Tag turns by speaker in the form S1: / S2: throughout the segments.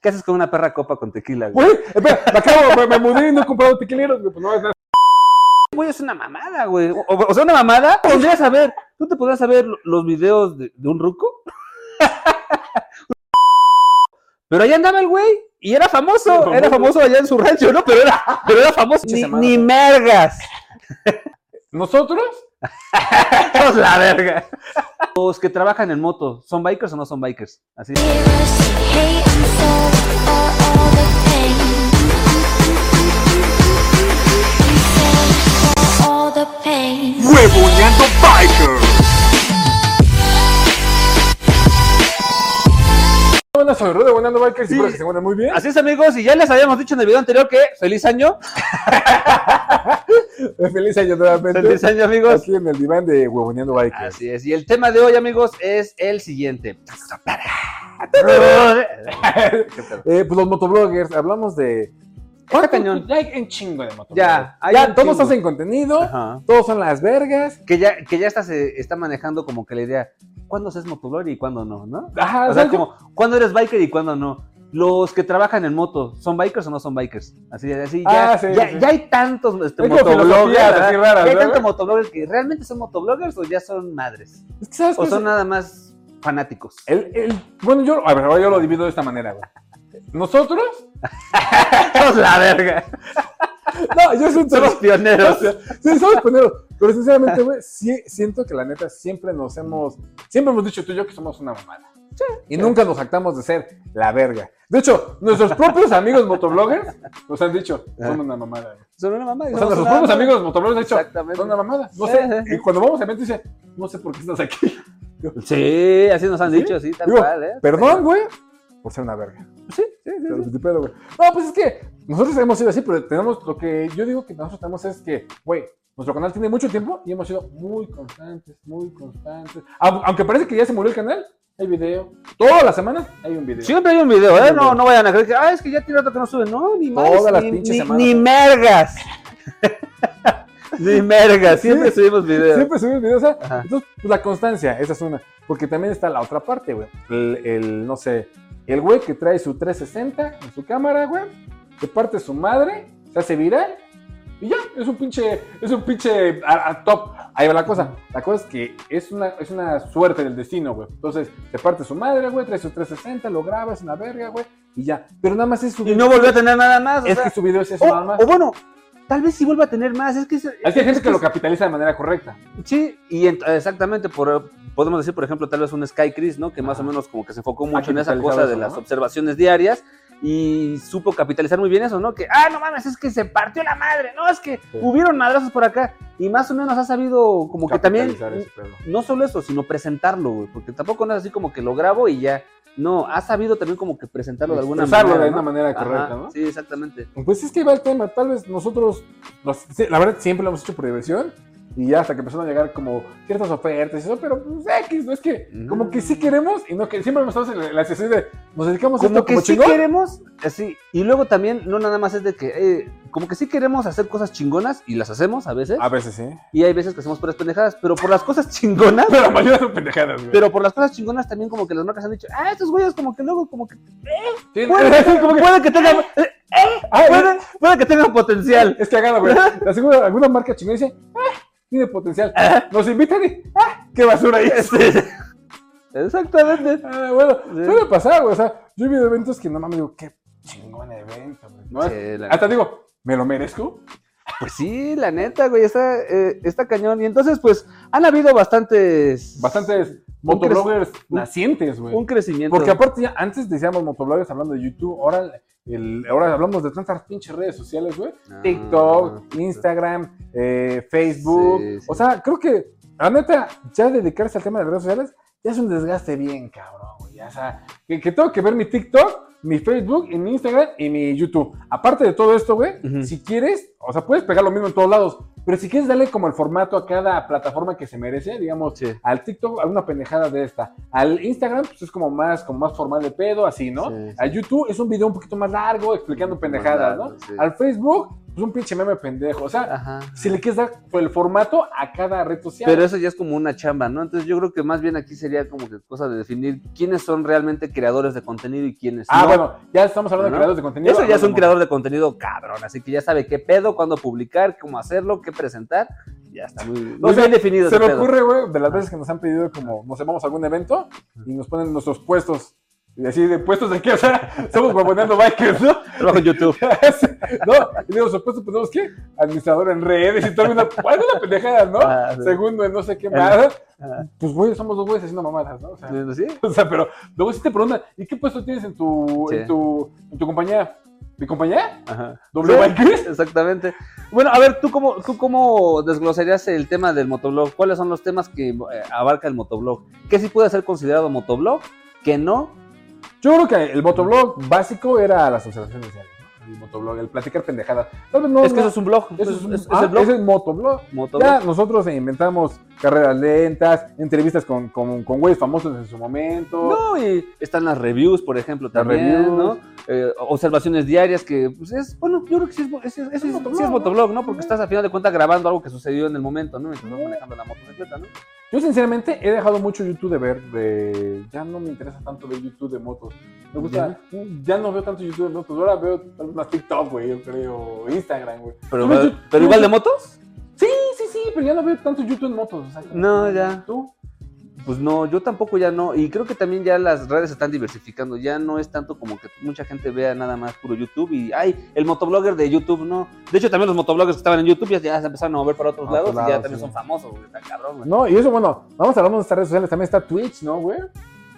S1: ¿Qué haces con una perra copa con tequila, güey?
S2: Güey, espera, me acabo, me, me mudé y no he comprado tequileros, güey, pues no es nada.
S1: Güey, es una mamada, güey. O, o sea, una mamada. Podrías saber, tú te podrías saber lo- los videos de, de un ruco. Pero allá andaba el güey y era famoso,
S2: Famoso.
S1: era famoso allá en su rancho, ¿no? Pero era, pero era famoso.
S2: Pinche
S1: Ni,
S2: semana,
S1: ni
S2: güey.
S1: mergas.
S2: ¿Nosotros?
S1: Todos la verga. Los que trabajan en moto, ¿son bikers o no son bikers? Así.
S3: uh, uh, All the pain.
S4: Huevoneando Bikers.
S2: Van a saber de Bonando Bikers, espero que se encuentren muy bien.
S1: Así es, amigos, y ya les habíamos dicho en el video anterior que feliz año.
S2: Feliz año nuevamente.
S1: Feliz año, amigos.
S2: Aquí en el diván de Huevoneando Bikers.
S1: Así es. Y el tema de hoy, amigos, es el siguiente. ¿Qué pedo?
S2: Eh, pues los motobloggers, hablamos de.
S1: Está cañón.
S2: Ya hay en chingo de motobloggers.
S1: Ya, hay
S2: ya
S1: un
S2: todos
S1: chingo.
S2: hacen contenido,
S1: Ajá.
S2: todos son las vergas.
S1: Que ya, que ya hasta se está manejando como que la idea, ¿cuándo se es motoblogger y cuándo no, no?
S2: Ajá,
S1: O sea,
S2: ¿sabes qué?
S1: como, ¿cuándo eres biker y cuándo no? Los que trabajan en moto, ¿son bikers o no son bikers? Así, así, ya,
S2: Ah, sí,
S1: ya,
S2: sí.
S1: ya hay tantos este,
S2: Hay como
S1: motobloggers,
S2: filosofías
S1: ¿verdad?
S2: así raras,
S1: Ya hay
S2: ¿verdad?
S1: tantos motobloggers que realmente son motobloggers o ya son madres,
S2: Es que ¿Sabes
S1: o
S2: qué?
S1: son nada más fanáticos.
S2: El, el- bueno, yo, a ver, ahora yo lo divido de esta manera, güey. Nosotros,
S1: Somos la verga,
S2: no, yo siento,
S1: somos pioneros.
S2: sí, somos primeros, pero sinceramente, güey, sí, siento que la neta siempre nos hemos, siempre hemos dicho tú y yo que somos una mamada. Y nunca nos jactamos de ser la verga. De hecho, nuestros propios amigos motobloggers nos han dicho, son una mamada. güey.
S1: Son una mamá. y
S2: O sea,
S1: somos
S2: nuestros
S1: una-
S2: propios amigos motobloggers han dicho,
S1: Exactamente.
S2: son una mamada. No
S1: Sí,
S2: sé,
S1: sí, sí.
S2: y cuando vamos a eventos dice, no sé por qué estás aquí.
S1: Sí, así nos han
S2: ¿Sí?
S1: dicho, sí, tal
S2: Digo,
S1: cual, ¿eh?
S2: Perdón, güey, por ser una verga.
S1: Sí, sí, sí,
S2: Pero,
S1: sí.
S2: pues, ni pedo, güey. No, pues es que nosotros hemos sido así, pero tenemos lo que yo digo que nosotros tenemos es que, güey, nuestro canal tiene mucho tiempo y hemos sido muy constantes, muy constantes. Au- Aunque parece que ya se murió el canal, hay video. Todas las semanas hay un video.
S1: Siempre hay un video, ¿eh?
S2: Siempre.
S1: No, no vayan a creer que, ah, es que ya tiene rato que no sube. No, ni más.
S2: Todas las
S1: ni,
S2: pinches
S1: ni-
S2: semanas.
S1: ni mergas. ni mergas, siempre
S2: Sí.
S1: subimos videos.
S2: Siempre subimos videos. o sea,
S1: Ajá.
S2: entonces, pues, la constancia, esa es una. Porque también está la otra parte, güey. El, el, no sé, el güey que trae su 360 en su cámara, güey, que parte su madre, se hace viral. Y ya, es un pinche, es un pinche a- a top. Ahí va la cosa. La cosa es que es una, es una suerte del destino, güey. Entonces, se parte su madre, güey, trae su 360, lo graba, es una verga, güey, y ya. Pero nada más es su
S1: Y no volvió a tener nada más. o
S2: Es
S1: sea,
S2: que su video es eso,
S1: o,
S2: nada más.
S1: o bueno, tal vez sí vuelva a tener más. Es que. es-
S2: Es que hay gente que lo capitaliza de manera correcta.
S1: Sí, y ent- exactamente, por, podemos decir, por ejemplo, tal vez un Sky Chris, ¿no? Que más
S2: Ajá.
S1: o menos como que se enfocó
S2: Ah,
S1: mucho
S2: que
S1: en esa
S2: capitalizaba
S1: cosa de
S2: eso,
S1: las
S2: ¿no?
S1: observaciones diarias y supo capitalizar muy bien eso, ¿no? Que, ah, no mames, es que se partió la madre, no, es que
S2: Sí.
S1: hubieron madrazos por acá y más o menos ha sabido como que también,
S2: Capitalizar ese pedo.
S1: no solo eso, sino presentarlo, güey, porque tampoco no es así como que lo grabo y ya, no, ha sabido también como que presentarlo de alguna
S2: Usarlo
S1: manera.
S2: Este, de
S1: ¿no?
S2: una manera
S1: Ajá,
S2: correcta, ¿no?
S1: Sí, exactamente.
S2: Pues es que va el tema, tal vez nosotros, nos- sí, la verdad siempre lo hemos hecho por diversión y ya hasta que empezaron a llegar como ciertas ofertas y eso, pero pues X, ¿no? Es que
S1: No.
S2: como que sí queremos y no que siempre nos estamos en la sesión de nos dedicamos a
S1: como
S2: esto
S1: que
S2: como
S1: sí
S2: chingón.
S1: queremos, así, Eh, y luego también, no nada más es de que, eh, como que sí queremos hacer cosas chingonas, y las hacemos a veces,
S2: A veces sí.
S1: y hay veces que hacemos puras pendejadas, pero por las cosas chingonas,
S2: Pero la mayoría son pendejadas, güey.
S1: pero por las cosas chingonas también como que las marcas han dicho, ah, estos güeyes como que luego, como que,
S2: Sí,
S1: puede,
S2: es como que-
S1: puede que tengan, eh,
S2: ah,
S1: puede, puede que tengan potencial.
S2: Es que hagan, güey. La segunda, alguna marca chingón dice, ah, tiene potencial. Nos invitan y, ah, qué basura es.
S1: Exactamente.
S2: Ah, bueno,
S1: Sí.
S2: suele pasar, güey. O sea, yo he vivido eventos que no mames, digo, qué chingón evento, güey. ¿No?
S1: Sí, la-
S2: Hasta digo, ¿me lo merezco?
S1: Pues sí, la neta, güey, está, eh, está cañón. Y entonces, pues, han habido bastantes...
S2: bastantes
S1: Un crec-
S2: motobloggers
S1: un-
S2: nacientes, güey.
S1: Un crecimiento.
S2: Porque aparte, ya antes decíamos motobloggers hablando de YouTube, ahora, el- ahora hablamos de tantas pinches redes sociales, güey.
S1: Ah,
S2: TikTok, Instagram, eh, Facebook.
S1: Sí, sí.
S2: O sea, creo que, la neta, ya dedicarse al tema de las redes sociales ya es un desgaste bien, cabrón, güey. O sea, que, que tengo que ver mi TikTok. Mi Facebook, y mi Instagram y mi YouTube. Aparte de todo esto, güey,
S1: Ujú.
S2: si quieres, o sea, puedes pegar lo mismo en todos lados, pero si quieres darle como el formato a cada plataforma que se merece, digamos,
S1: Sí.
S2: al TikTok alguna pendejada de esta. Al Instagram, pues es como más, como más formal de pedo, así, ¿no?
S1: Sí, sí.
S2: Al YouTube es un video un poquito más largo explicando
S1: Un poquito más
S2: pendejadas,
S1: largo,
S2: ¿no?
S1: sí.
S2: Al Facebook, pues, un pinche meme pendejo. O sea,
S1: Ajá.
S2: si le quieres dar el formato a cada red social.
S1: Pero eso ya es como una chamba, ¿no? Entonces yo creo que más bien aquí sería como que cosa de definir quiénes son realmente creadores de contenido y quiénes
S2: ah,
S1: no.
S2: bueno, ya estamos hablando
S1: ¿No?
S2: de creadores de contenido.
S1: Eso ya es un
S2: Hablamos-
S1: creador de contenido cabrón, así que ya sabe qué pedo, cuándo publicar, cómo hacerlo, qué presentar. Ya está muy, muy
S2: sea,
S1: bien definido.
S2: Se
S1: ese
S2: me
S1: pedo. Ah.
S2: ocurre, güey, de las veces que nos han pedido como, nos sé, vamos a algún evento y nos ponen nuestros puestos. Y así, ¿de puestos de qué? O sea, somos proponiendo bikers, ¿no?
S1: Trabajo en YouTube.
S2: no, y digo, supuesto, pues tenemos que administrador en redes y todo, alguna, alguna pendejada, ¿no?
S1: Ah, sí.
S2: Segundo, en no sé qué
S1: El-
S2: más.
S1: Ah,
S2: Pues, güey, somos dos güeyes haciendo mamadas, ¿no? O sea,
S1: ¿Sí?
S2: o sea, pero luego sí te preguntan, ¿y qué puesto tienes en tu,
S1: Sí.
S2: en tu, en tu compañía? ¿Mi compañía?
S1: Ajá.
S2: ¿Doble
S1: Sí,
S2: bikers?
S1: Exactamente. Bueno, a ver, ¿tú cómo, ¿tú cómo desglosarías el tema del motoblog? ¿Cuáles son los temas que eh, abarca el motoblog? ¿Qué sí puede ser considerado motoblog? ¿Qué no?
S2: Yo creo que el motoblog básico era las observaciones diarias, ¿no? El motoblog, el platicar pendejadas. Tal vez no.
S1: es que
S2: no-
S1: eso es un blog.
S2: eso es un-
S1: es, es
S2: ah,
S1: el blog.
S2: ese es motoblog.
S1: motoblog.
S2: Ya nosotros eh, inventamos carreras lentas, entrevistas con, con, con güeyes famosos en su momento.
S1: No, y están las reviews, por ejemplo,
S2: Las
S1: también,
S2: reviews.
S1: ¿no? Eh, observaciones diarias que, pues, es, bueno, yo creo que sí es, mo- es- es- es- sí es
S2: motoblog,
S1: motoblog,
S2: ¿no?
S1: ¿no? Porque estás, a final de cuentas, grabando algo que sucedió en el momento, ¿no? Mientras vas manejando la motocicleta, ¿no?
S2: Yo sinceramente he dejado mucho YouTube de ver, de... ya no me interesa tanto ver YouTube de motos. Me gusta, ya, no veo tanto YouTube de motos, ahora veo tal vez más TikTok, güey, yo creo, Instagram, güey.
S1: Pero,
S2: ¿Tú ves
S1: pero,
S2: YouTube?
S1: igual de motos,
S2: Sí, sí, sí, pero ya no veo tanto YouTube en motos. o sea,
S1: No, ya.
S2: ¿Tú?
S1: pues no, yo tampoco ya no. Y creo que también ya las redes se están diversificando. Ya no es tanto como que mucha gente vea nada más puro YouTube y, ay, el motoblogger de YouTube, no. De hecho, también los motobloggers que estaban en YouTube ya, ya se empezaron a mover para otros
S2: A
S1: lados, y
S2: otros
S1: ya
S2: lados,
S1: también
S2: sí.
S1: son famosos, güey, está cabrón, güey.
S2: No, y eso, bueno, vamos a hablar de nuestras redes sociales, también está Twitch, ¿no, güey?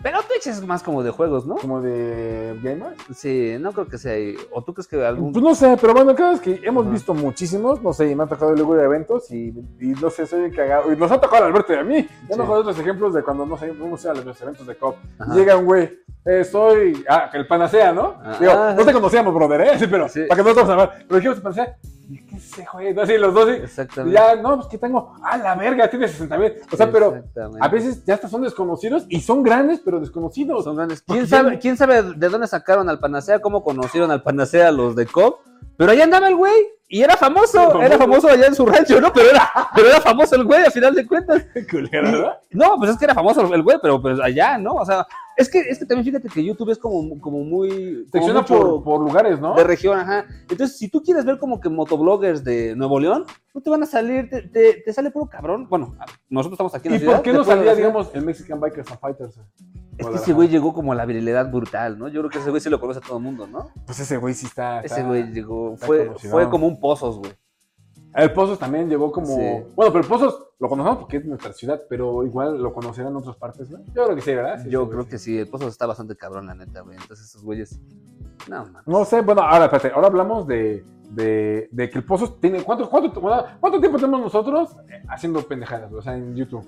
S1: Pero Twitch es más como de juegos, ¿no?
S2: Como de gamers.
S1: Sí, no creo que sea. ahí. ¿O tú crees que algún.?
S2: Pues no sé, pero bueno, cada vez que hemos
S1: Ajá.
S2: visto muchísimos, no sé, y me ha tocado luego ir a eventos y, y no sé, soy bien cagado. Y nos ha tocado al Alberto y a mí. Ya
S1: Sí.
S2: me acuerdo de otros ejemplos de cuando, no sé, fuimos a los eventos de COP.
S1: Ajá.
S2: Llega un güey, eh, soy ah, el panacea, ¿no?
S1: Ah,
S2: Digo,
S1: ah,
S2: no
S1: sí.
S2: te conocíamos, brother, ¿eh? Sí, pero
S1: Sí.
S2: para que no estamos hablando. Pero dijimos el panacea, ¿y qué es ese güey? No, así, los dos, sí. Y
S1: Exactamente.
S2: ya, no, pues que tengo, ah, la verga, tiene 60 mil. O sea, pero
S1: Exactamente.
S2: a veces ya hasta son desconocidos y son grandes, pero desconocidos.
S1: Son grandes.
S2: porque
S1: ¿Quién
S2: ya
S1: sabe,
S2: no-
S1: ¿Quién sabe de dónde sacaron al Panacea? ¿Cómo conocieron al Panacea los de COP? Pero ahí andaba el güey y era famoso,
S2: Famoso.
S1: Era famoso allá en su rancho, ¿no? Pero era, pero era famoso el güey, al final de cuentas.
S2: Culero, ¿verdad?
S1: No, pues es que era famoso el güey, pero pues allá, ¿no? O sea, es que, es que también fíjate que YouTube es como, como muy. como
S2: Secciona
S1: mucho-
S2: por, por lugares, ¿no?
S1: de región, ajá. Entonces, si tú quieres ver como que motobloggers de Nuevo León, no te van a salir, te, te- te sale puro cabrón. Bueno, a- nosotros estamos aquí en
S2: ¿Y
S1: la ciudad.
S2: por qué no
S1: después de la
S2: salía,
S1: ciudad.
S2: digamos, el Mexican Bikers and Fighters?
S1: Es que ese güey llegó como a la virilidad brutal, ¿no? Yo creo que ese güey sí lo conoce a todo el mundo, ¿no?
S2: Pues ese güey sí está.
S1: Ese
S2: está-
S1: güey llegó,
S2: está
S1: fue,
S2: conocido.
S1: fue como un pozos, güey.
S2: El Pozos también llegó como.
S1: Sí.
S2: Bueno, pero Pozos lo conocemos porque es nuestra ciudad, pero igual lo conocerán en otras partes, ¿no? Yo creo que sí, ¿verdad? Ah, Sí,
S1: Yo
S2: sí,
S1: creo
S2: sí.
S1: que sí, el pozos está bastante cabrón, la neta, güey. Entonces, esos güeyes. No, man.
S2: No sé, bueno, ahora espérate, ahora hablamos de, de, de que el Pozos tiene. ¿cuánto, cuánto, cuánto tiempo tenemos nosotros eh, haciendo pendejadas, o sea, en YouTube?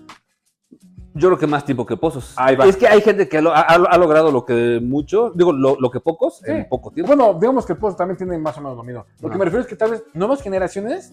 S1: Yo creo que más tiempo que pozos.
S2: Ahí va.
S1: Es que hay gente que lo- ha, ha- ha logrado lo que muchos, digo, lo, lo que pocos
S2: Sí.
S1: en poco tiempo.
S2: Bueno, digamos que el Pozos también tiene más o menos lo mismo. Lo que
S1: Ajá.
S2: me refiero es que tal vez nuevas generaciones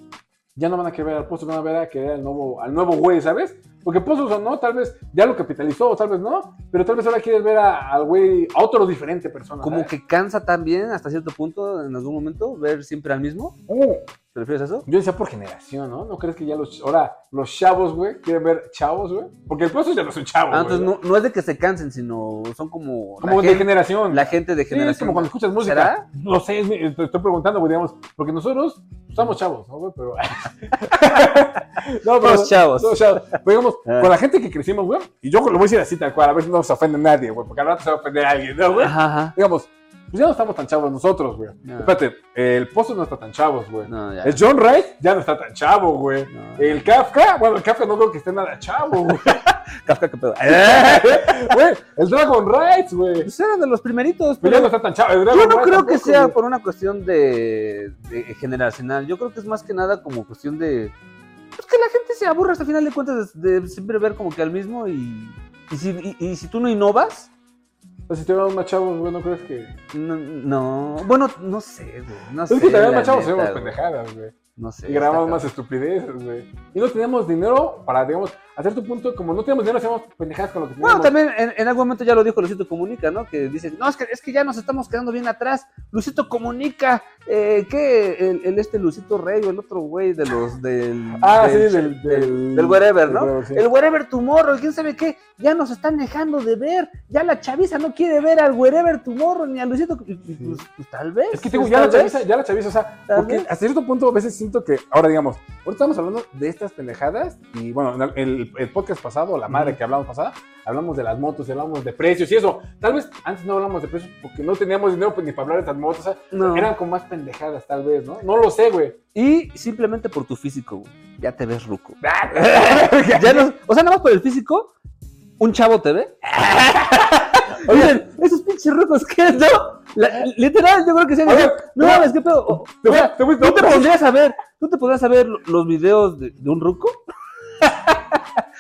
S2: ya no van a querer ver al Pozos, van a ver a querer al nuevo, al nuevo güey, ¿sabes? Porque Pozos o no, tal vez ya lo capitalizó, o tal vez no, pero tal vez ahora quieres ver a- al güey, a otro diferente persona.
S1: Como
S2: ¿sabes?
S1: que cansa también hasta cierto punto, en algún momento, ver siempre al mismo.
S2: Uh,
S1: ¿Te refieres a eso?
S2: Yo decía por generación, ¿no? ¿No crees que ya los. Ahora, los chavos, güey, quieren ver chavos, güey? Porque el puesto ya no es un chavo.
S1: Ah, entonces
S2: güey.
S1: no, no es de que se cansen, sino son como,
S2: Como
S1: la,
S2: de
S1: gen-
S2: generación.
S1: la gente de
S2: Sí, es
S1: generación.
S2: como cuando escuchas música.
S1: ¿Será?
S2: No sé, es mi- te estoy preguntando, güey, digamos. Porque nosotros estamos chavos, ¿no, güey? Pero. no,
S1: Todos chavos.
S2: Todos chavos. Pero digamos,
S1: Ah.
S2: con la gente que crecimos, güey. Y yo lo voy a decir así tal cual, a ver si no se ofende nadie, güey. Porque al rato se va a ofender a alguien, ¿no, güey?
S1: Ajá, ajá.
S2: Digamos, pues ya no estamos tan chavos nosotros, güey.
S1: No.
S2: Espérate, el pozo no está tan chavos, güey.
S1: No, ya.
S2: El John Wright ya no está tan chavo, güey.
S1: No.
S2: El Kafka, bueno, el Kafka no creo que esté nada chavo, güey.
S1: Kafka, ¿qué pedo? Eh,
S2: Güey, el Dragon Rights, güey.
S1: Pues eran de los primeritos.
S2: Pero ya
S1: pero
S2: no está tan chavo. El Dragon
S1: yo no
S2: Rights
S1: creo que
S2: tampoco,
S1: sea
S2: güey.
S1: por una cuestión de, de generacional. Yo creo que es más que nada como cuestión de. Pues que la gente se aburre hasta el final de cuentas de, de siempre ver como que al mismo y. Y si, y- y si tú no innovas,
S2: Pues si te más chavos, güey, no crees que.
S1: no, no- bueno, no sé, güey, no
S2: Es
S1: sé,
S2: que también
S1: la
S2: más chavos
S1: neta,
S2: hacemos
S1: güey.
S2: pendejadas, güey.
S1: No sé.
S2: Y grabamos
S1: está
S2: más estupideces, güey. Y no tenemos dinero para, digamos, hacer tu punto, como no tenemos dinero, hacemos pendejadas con lo que tenemos.
S1: Bueno, también en, en algún momento ya lo dijo Luisito Comunica, ¿no? Que dice, no, es que, es que ya nos estamos quedando bien atrás. Luisito Comunica, eh, ¿qué? El, el este Luisito Rey o el otro güey de los del...
S2: Ah,
S1: del-
S2: sí, del... Del,
S1: del wherever, ¿no?
S2: del wherever, sí.
S1: El Wherever Tomorrow, y quién sabe qué, ya nos están dejando de ver, ya la chaviza no quiere ver al Wherever Tomorrow ni a Luisito, Y- y pues, pues, tal vez.
S2: Es que tengo
S1: pues,
S2: ya la
S1: tal vez.
S2: chaviza, ya la chaviza, o sea,
S1: Tal
S2: porque
S1: vez.
S2: hasta cierto punto a veces siento que, ahora digamos, ahorita estamos hablando de estas pendejadas y bueno, en el, el podcast pasado, la madre que hablamos pasada, hablamos de las motos, y hablamos de precios y eso. Tal vez antes no hablamos de precios porque no teníamos dinero pues, ni para hablar de estas motos, o sea,
S1: No.
S2: eran con más pendejadas tal vez, ¿no? No lo sé, güey.
S1: Y simplemente por tu físico, güey, ya te ves ruco.
S2: Ah.
S1: ya no- o sea, nada más por el físico, un chavo te ve. Oigan, esos pinches rucos, ¿qué? No, la- literal, yo creo que se
S2: A ver,
S1: No mames, ¿qué pedo? O-
S2: Te
S1: o
S2: voy
S1: sea,
S2: a- te voy a-
S1: ¿Tú te podrías saber, tú te podrías saber los videos de, de un ruco?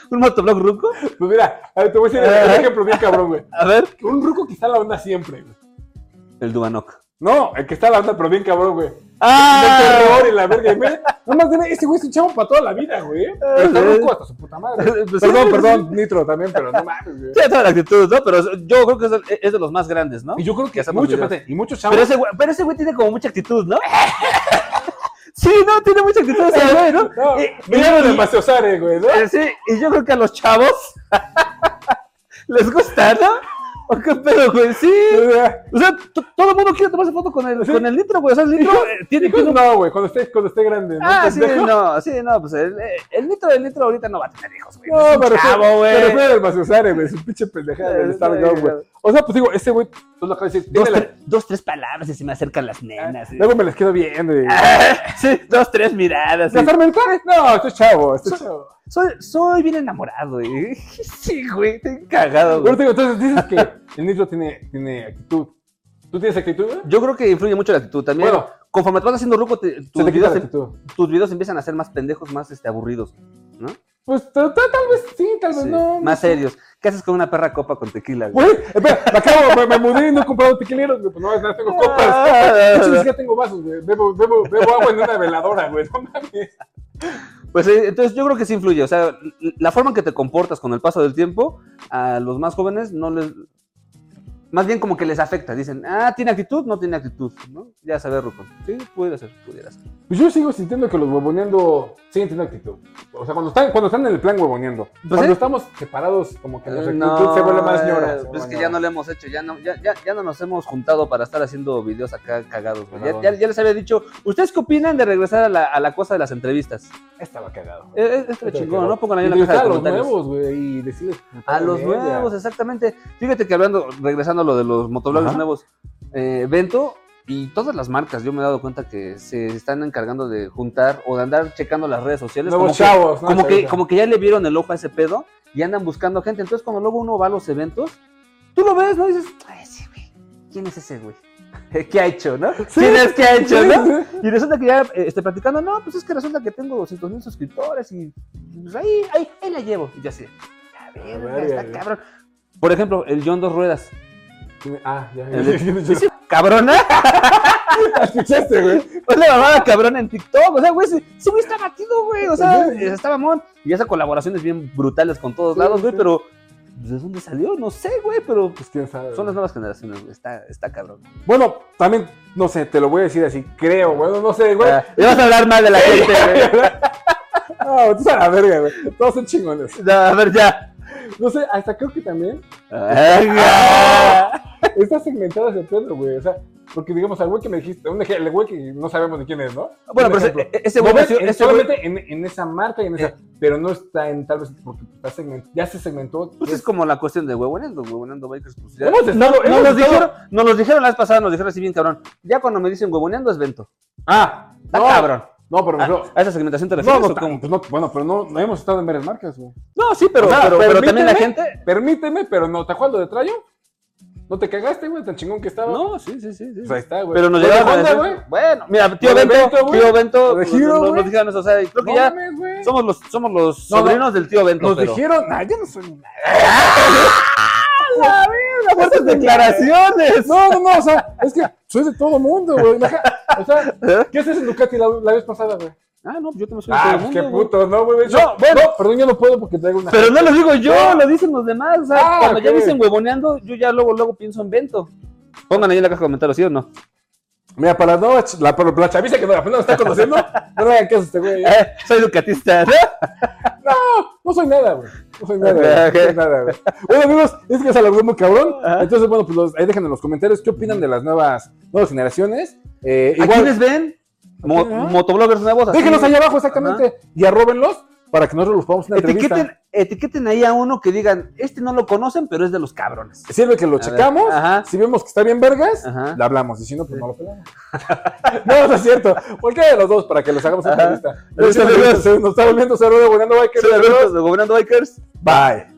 S1: ¿Un motoblog ruco?
S2: Pues mira, a ver, te voy a decir
S1: Ajá.
S2: el ejemplo bien cabrón, güey.
S1: A ver,
S2: Un ruco que está a la onda siempre, güey.
S1: el Duanoc.
S2: No, el que está a la onda, pero bien cabrón, güey.
S1: ¡Ah!
S2: De terror y la verga. Y mira, nada más tiene, este güey es un chavo para toda la vida, güey. Pero está ruco hasta su puta madre.
S1: Eh. Pues sí,
S2: perdón,
S1: sí,
S2: perdón, Nitro también, pero no mames, güey.
S1: Sí, toda la actitud, ¿no? Pero yo creo que es de, es de los más grandes, ¿no?
S2: Y yo creo
S1: Que
S2: que
S1: hacemos
S2: mucho,
S1: videos.
S2: espérate, y muchos
S1: Pero
S2: chavos.
S1: ese, güey, pero ese güey tiene como mucha actitud, ¿no? Sí, no, tiene mucha actitud ese güey, ¿no?
S2: No,
S1: Y- y-
S2: vinieron de
S1: y-
S2: Maceosare, güey, ¿no?
S1: eh, sí, y yo creo que a los chavos les gusta, ¿no? ¿O qué pedo, güey? Sí. O sea, t- todo el mundo quiere tomarse foto con el,
S2: Sí.
S1: con el litro, güey. O sea, el litro eh, tiene que...
S2: Hijos, no, güey, cuando esté, cuando esté grande. ¿no?
S1: Ah, sí,
S2: Pendejo.
S1: no, sí, no, pues el, el litro del litro ahorita no va a tener hijos, güey.
S2: No, pero
S1: chavo,
S2: fue,
S1: güey.
S2: pero fue del Maceosare, güey, su pinche pendejada del
S1: Sí,
S2: Star
S1: sí,
S2: Girl, güey.
S1: güey.
S2: O sea, pues digo, ese güey, tú lo acabas de decir,
S1: Dos,
S2: tiene la-
S1: tre- dos, tres palabras y se me acercan las nenas. sí.
S2: Ah, Luego me les quedo viendo y...
S1: Sí, dos, tres miradas. sí.
S2: ¿Gastar mentales? No, estoy chavo, estoy chavo.
S1: Soy, soy bien enamorado, güey. Sí, güey, estoy cagado, güey.
S2: Pero te digo, entonces dices que el Nitro tiene, tiene actitud. ¿Tú tienes actitud, güey?
S1: Yo creo que influye mucho la actitud también.
S2: Bueno.
S1: Conforme te vas haciendo ruco, te-
S2: Se
S1: tus,
S2: te quita
S1: videos,
S2: la
S1: em-
S2: actitud.
S1: tus videos empiezan a ser más pendejos, más este, aburridos. ¿no?
S2: Pues ta- ta- tal vez sí, tal vez
S1: Sí,
S2: no.
S1: más serios. ¿Qué haces con una perra copa con tequila, güey?
S2: Güey, espera, me acabo, me, me mudé y no he comprado tequileros, güey. Pues no, no tengo copas. De hecho, ni
S1: Ah,
S2: siquiera tengo vasos, güey. Bebo, bebo, bebo agua en una veladora, güey. No mames.
S1: Pues eh, entonces yo creo que sí influye. O sea, l- la forma en que te comportas con el paso del tiempo, a los más jóvenes no les. Más bien como que les afecta. Dicen, ah, tiene actitud, no tiene actitud, ¿no? Ya saber, Ruco. Sí, pudiera ser, pudiera ser.
S2: Pues yo sigo sintiendo que los huevoneando siguen teniendo actitud. O sea, cuando están, cuando están en el plan huevoneando. cuando
S1: ¿Ah, sí.
S2: estamos separados, como que la
S1: Eh,
S2: actitud
S1: no,
S2: se vuelve más ñora.
S1: eh,
S2: se
S1: pues es
S2: vuelve
S1: que
S2: ñora.
S1: ya no lo hemos hecho, ya no, ya, ya, ya no nos hemos juntado para estar haciendo videos acá cagados. güey. Ya,
S2: Cagadones.
S1: ya- ya les había dicho, ¿ustedes qué opinan de regresar a la, a la cosa de las entrevistas?
S2: Estaba cagado.
S1: Eh, eh, esto
S2: Estaba
S1: es
S2: cagado.
S1: chingón, ¿no? Pongan ahí
S2: Y
S1: en la
S2: entrevistar
S1: caja de
S2: a los
S1: comentarios.
S2: nuevos, güey, y decirles.
S1: A los
S2: Verga.
S1: nuevos, exactamente. Fíjate que hablando, regresando a lo de los motoblogs
S2: Ajá.
S1: nuevos, eh, Bento y todas las marcas, yo me he dado cuenta que se están encargando de juntar o de andar checando las redes sociales. como
S2: Nuevos
S1: que-
S2: chavos, ¿no?
S1: como que,
S2: Ahorita.
S1: como que ya le vieron el ojo a ese pedo y andan buscando gente. Entonces, cuando luego uno va a los eventos, tú lo ves, ¿no? Y dices, "Ay, ese güey, ¿quién es ese güey? ¿Qué ha hecho, no? ¿Quién es que ha hecho,
S2: Sí,
S1: no?
S2: sí.
S1: Y resulta que ya eh, este, platicando, no, pues es que resulta que tengo 200 mil suscriptores y pues ahí, ahí, ahí la llevo. Y yo así, a ver,
S2: verga,
S1: está
S2: güey.
S1: cabrón. Por ejemplo, el John Dos Ruedas.
S2: Ah, ya.
S1: El de- ¿Cabrona?
S2: escuchaste, güey.
S1: ¿eh? Pues la mamada cabrona en TikTok. O sea, güey, ese ese güey está batido, güey. O sea,
S2: Ujú.
S1: está mamón. Y hace colaboraciones bien brutales con todos
S2: Sí,
S1: lados, güey,
S2: sí.
S1: pero pues, ¿de dónde salió? No sé, güey, pero
S2: Pues quién sabe.
S1: son las nuevas generaciones, güey. Está, está cabrón.
S2: Bueno, también, no sé, te lo voy a decir así, creo, güey. No sé, güey.
S1: Ah, y vas a hablar mal de la gente, güey.
S2: Ah, tú a la verga, güey. Todos son chingones.
S1: No, a ver, ya.
S2: No sé, hasta creo que también
S1: Venga.
S2: está segmentada ese pedo, güey. O sea, porque digamos, al güey que me dijiste, un ej- el güey que no sabemos de quién es, ¿no?
S1: Bueno,
S2: Un
S1: pero
S2: ejemplo.
S1: ese, e- ese
S2: No
S1: güey
S2: ves
S1: nació-
S2: en-
S1: ese güey- Eh.
S2: solamente en, en esa marca y en esa. pero no está en tal vez porque está segment- ya se segmentó.
S1: Pues
S2: ya
S1: es como la cuestión de huevoneando, huevoneando bikers. Pues ya.
S2: Hemos estado-
S1: no,
S2: hemos
S1: nos
S2: estado-
S1: dijeron, nos los dijeron la vez pasada, nos dijeron así bien cabrón. Ya cuando me dicen huevoneando es vento.
S2: Ah,
S1: Está cabrón. Ah,
S2: No, pero.
S1: ¿A,
S2: no,
S1: a esa segmentación te refieres?
S2: no, no,
S1: o cómo?
S2: pues no, bueno, pero no, no hemos estado en varias marcas, güey.
S1: No, sí, pero,
S2: O sea,
S1: pero, pero también la
S2: permíteme.
S1: gente.
S2: Permíteme, pero no, ¿te acuerdas lo de Trayo? ¿No te cagaste, güey? Tan chingón que estaba.
S1: No, sí, sí, sí. sí.
S2: Pues ahí está, güey.
S1: pero nos
S2: Lo de
S1: llegaron a
S2: Honda,
S1: decir,
S2: güey.
S1: Bueno, mira, tío
S2: Lo de
S1: Bento,
S2: Bento, güey.
S1: tío Bento, pues,
S2: Lo de Giro,
S1: nos, nos
S2: güey.
S1: dijeron eso, o sea, creo que
S2: No
S1: ya
S2: mames, güey.
S1: somos los, somos los
S2: No, no.
S1: sobrinos del tío Bento.
S2: Nos
S1: pero-
S2: dijeron, ah, yo no soy nada.
S1: ¡Ah, la verga! ¡Fuertes declaraciones!
S2: No, no, no, o sea, es que soy de todo mundo, güey. Ajá. O sea, ¿qué haces en Ducati la, la vez pasada, güey?
S1: Ah, no, yo también soy
S2: ¿Eh? Ah,
S1: todo el
S2: pues
S1: mundo,
S2: qué
S1: güey.
S2: puto, no, güey.
S1: No, bueno.
S2: No, perdón, yo no puedo porque traigo una.
S1: Pero no lo digo yo, lo dicen los demás. o sea,
S2: Ah,
S1: cuando ya
S2: ok.
S1: dicen huevoneando, yo ya luego, luego pienso en Bento. Pongan ahí en la caja de comentarios, ¿sí o no?
S2: Mira, para la, no, la, para la chaviza que no, apenas nos está conociendo, no le hagan caso a este güey.
S1: Eh, soy educatista. ¿no?
S2: No soy nada, güey. No soy nada, güey.
S1: Ok,
S2: No
S1: ok.
S2: soy nada, güey. Bueno, amigos, es que se alargó muy cabrón.
S1: Ajá.
S2: Entonces, bueno, pues los- ahí dejen en los comentarios qué opinan de las nuevas, nuevas generaciones. Eh,
S1: ¿A
S2: igual,
S1: quiénes ven? Mo-
S2: Ajá.
S1: Motobloggers nuevos. así.
S2: déjenlos ahí abajo, exactamente, y arróbenlos para que nosotros los podamos en una entrevista.
S1: Etiqueten, etiqueten ahí a uno que digan, este no lo conocen, pero es de los cabrones.
S2: Sirve que lo
S1: ver,
S2: checamos.
S1: ajá.
S2: Si vemos que está bien vergas,
S1: Ajá.
S2: la hablamos. Y si no, pues no lo pelamos. no, no es cierto. Cualquiera de los dos para que los hagamos en
S1: Ajá.
S2: entrevista. Nos está volviendo, se nos está volviendo, se nos está volviendo, se nos está volviendo, bye, que-
S1: Soy Alberto de Gobernando Bikers.
S2: Bye.